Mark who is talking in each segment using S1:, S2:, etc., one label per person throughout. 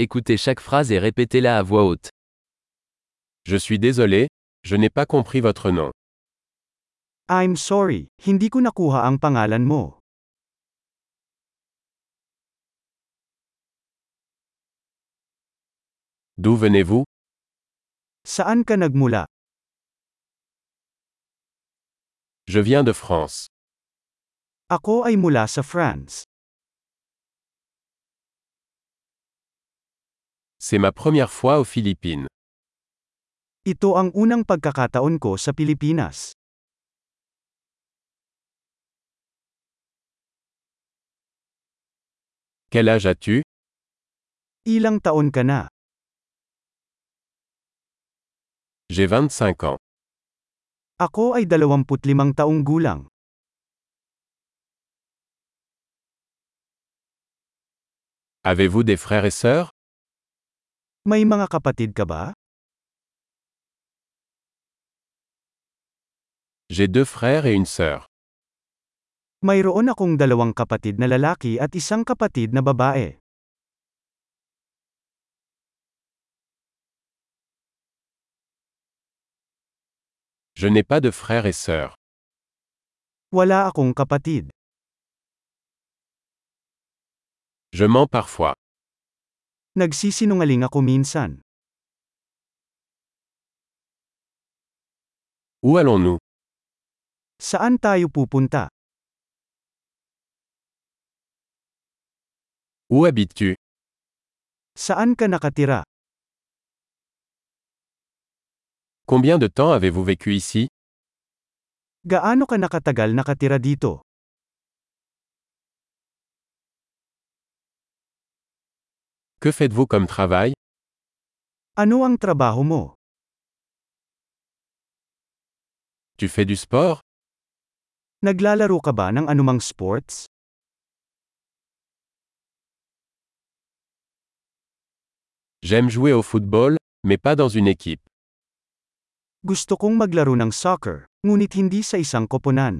S1: Écoutez chaque phrase et répétez-la à voix haute.
S2: Je suis désolé, je n'ai pas compris votre nom.
S3: I'm sorry, hindi ko nakuha ang pangalan mo.
S2: D'où venez-vous
S3: Saan ka nagmula?
S2: Je viens de France.
S3: Ako ay mula sa France.
S2: C'est ma première fois aux Philippines.
S3: Ito ang unang pagkakataon ko sa Pilipinas.
S2: Quel âge as-tu
S3: Ilang taon ka na?
S2: J'ai 25 ans.
S3: Ako ay 25 taong gulang.
S2: Avez-vous des frères et sœurs
S3: May mga kapatid ka ba?
S2: J'ai deux frères et une sœur.
S3: Mayroon akong dalawang kapatid na lalaki at isang kapatid na babae.
S2: Je n'ai pas de frères et sœurs.
S3: Wala akong kapatid.
S2: Je mens parfois.
S3: Nagsisinungaling ako minsan.
S2: Où allons-nous
S3: Saan tayo pupunta?
S2: Où habites-tu
S3: Saan ka nakatira?
S2: Combien de temps avez-vous vécu ici
S3: Gaano ka nakatagal nakatira dito?
S2: Que faites-vous comme travail
S3: Ano ang trabaho mo?
S2: Tu fais du sport
S3: Naglalaro ka ba ng anumang sports?
S2: J'aime jouer au football, mais pas dans une équipe.
S3: Gusto kong maglaro ng soccer, ngunit hindi sa isang koponan.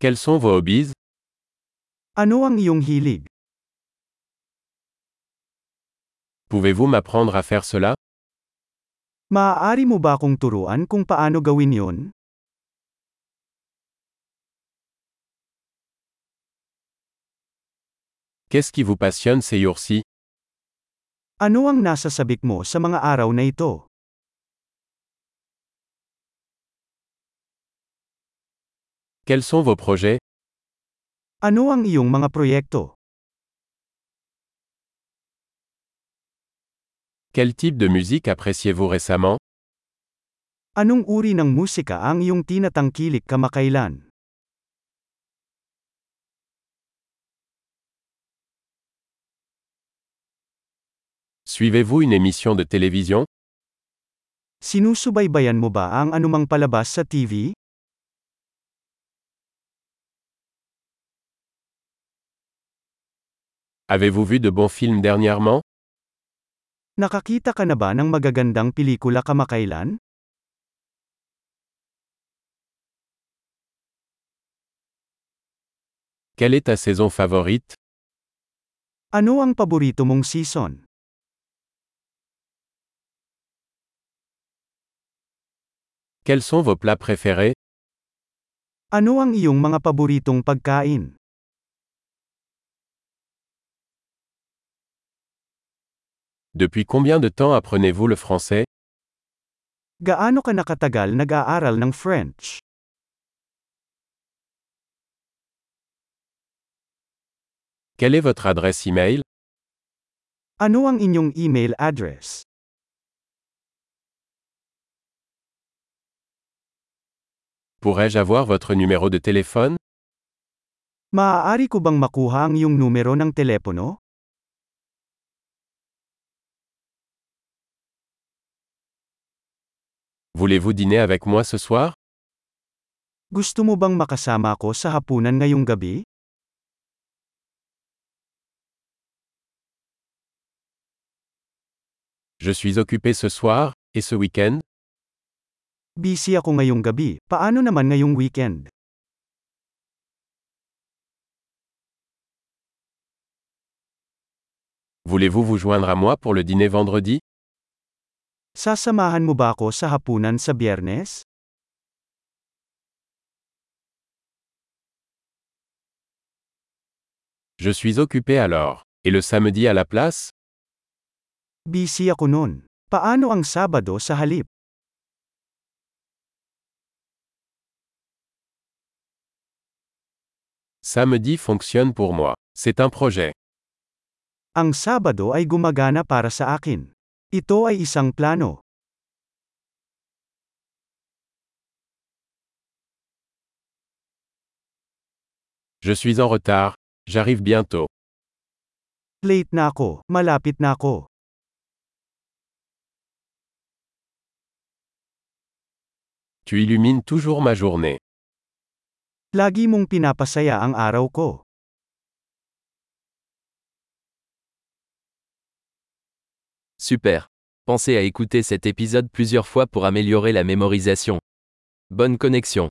S2: Quels sont vos hobbies
S3: Ano ang iyong hilig?
S2: Pouvez-vous m'apprendre à faire cela
S3: Maaari mo ba akong turuan kung paano gawin yon?
S2: Qu'est-ce qui vous passionne ces jours-ci
S3: Ano ang nasa sabik mo sa mga araw na ito?
S2: Quels sont vos projets
S3: Ano ang iyong mga proyekto?
S2: Quel type de musique appréciez-vous récemment
S3: Anong uri ng musika ang iyong tinatangkilik kamakailan?
S2: Suivez-vous une émission de télévision
S3: Sinusubaybayan mo ba ang anumang palabas sa TV?
S2: Avez-vous vu de bons films dernièrement
S3: Nakakita ka na ba ng magagandang pelikula kamakailan?
S2: Quelle est ta saison favorite
S3: Ano ang paborito mong season?
S2: Quels sont vos plats préférés
S3: Ano ang iyong mga paboritong pagkain?
S2: Depuis combien de temps apprenez-vous le français
S3: Gaano ka nakatagal nag-aaral ng French?
S2: Quelle est votre adresse e-mail
S3: Ano ang inyong email address?
S2: Pourrais-je avoir votre numéro de téléphone
S3: Maaari ko bang makuha ang iyong numero ng telepono?
S2: Voulez-vous dîner avec moi ce soir
S3: Gusto mo bang makasama ko sa hapunan ngayong gabi?
S2: Je suis occupé ce soir, et ce week-end
S3: Busy ako ngayong gabi, paano naman ngayong weekend?
S2: Voulez-vous vous joindre à moi pour le dîner vendredi
S3: Sasamahan mo ba ako sa hapunan sa biyernes?
S2: Je suis occupé alors. Et le samedi à la place
S3: Busy ako noon. Paano ang Sabado sa halip?
S2: Samedi fonctionne pour moi. C'est un projet.
S3: Ang Sabado ay gumagana para sa akin. Ito ay isang plano.
S2: Je suis en retard. J'arrive bientôt.
S3: Late na ako, malapit na ako.
S2: Tu illumines toujours ma journée.
S3: Lagi mong pinapasaya ang araw ko.
S1: Super. Pensez à écouter cet épisode plusieurs fois pour améliorer la mémorisation. Bonne connexion.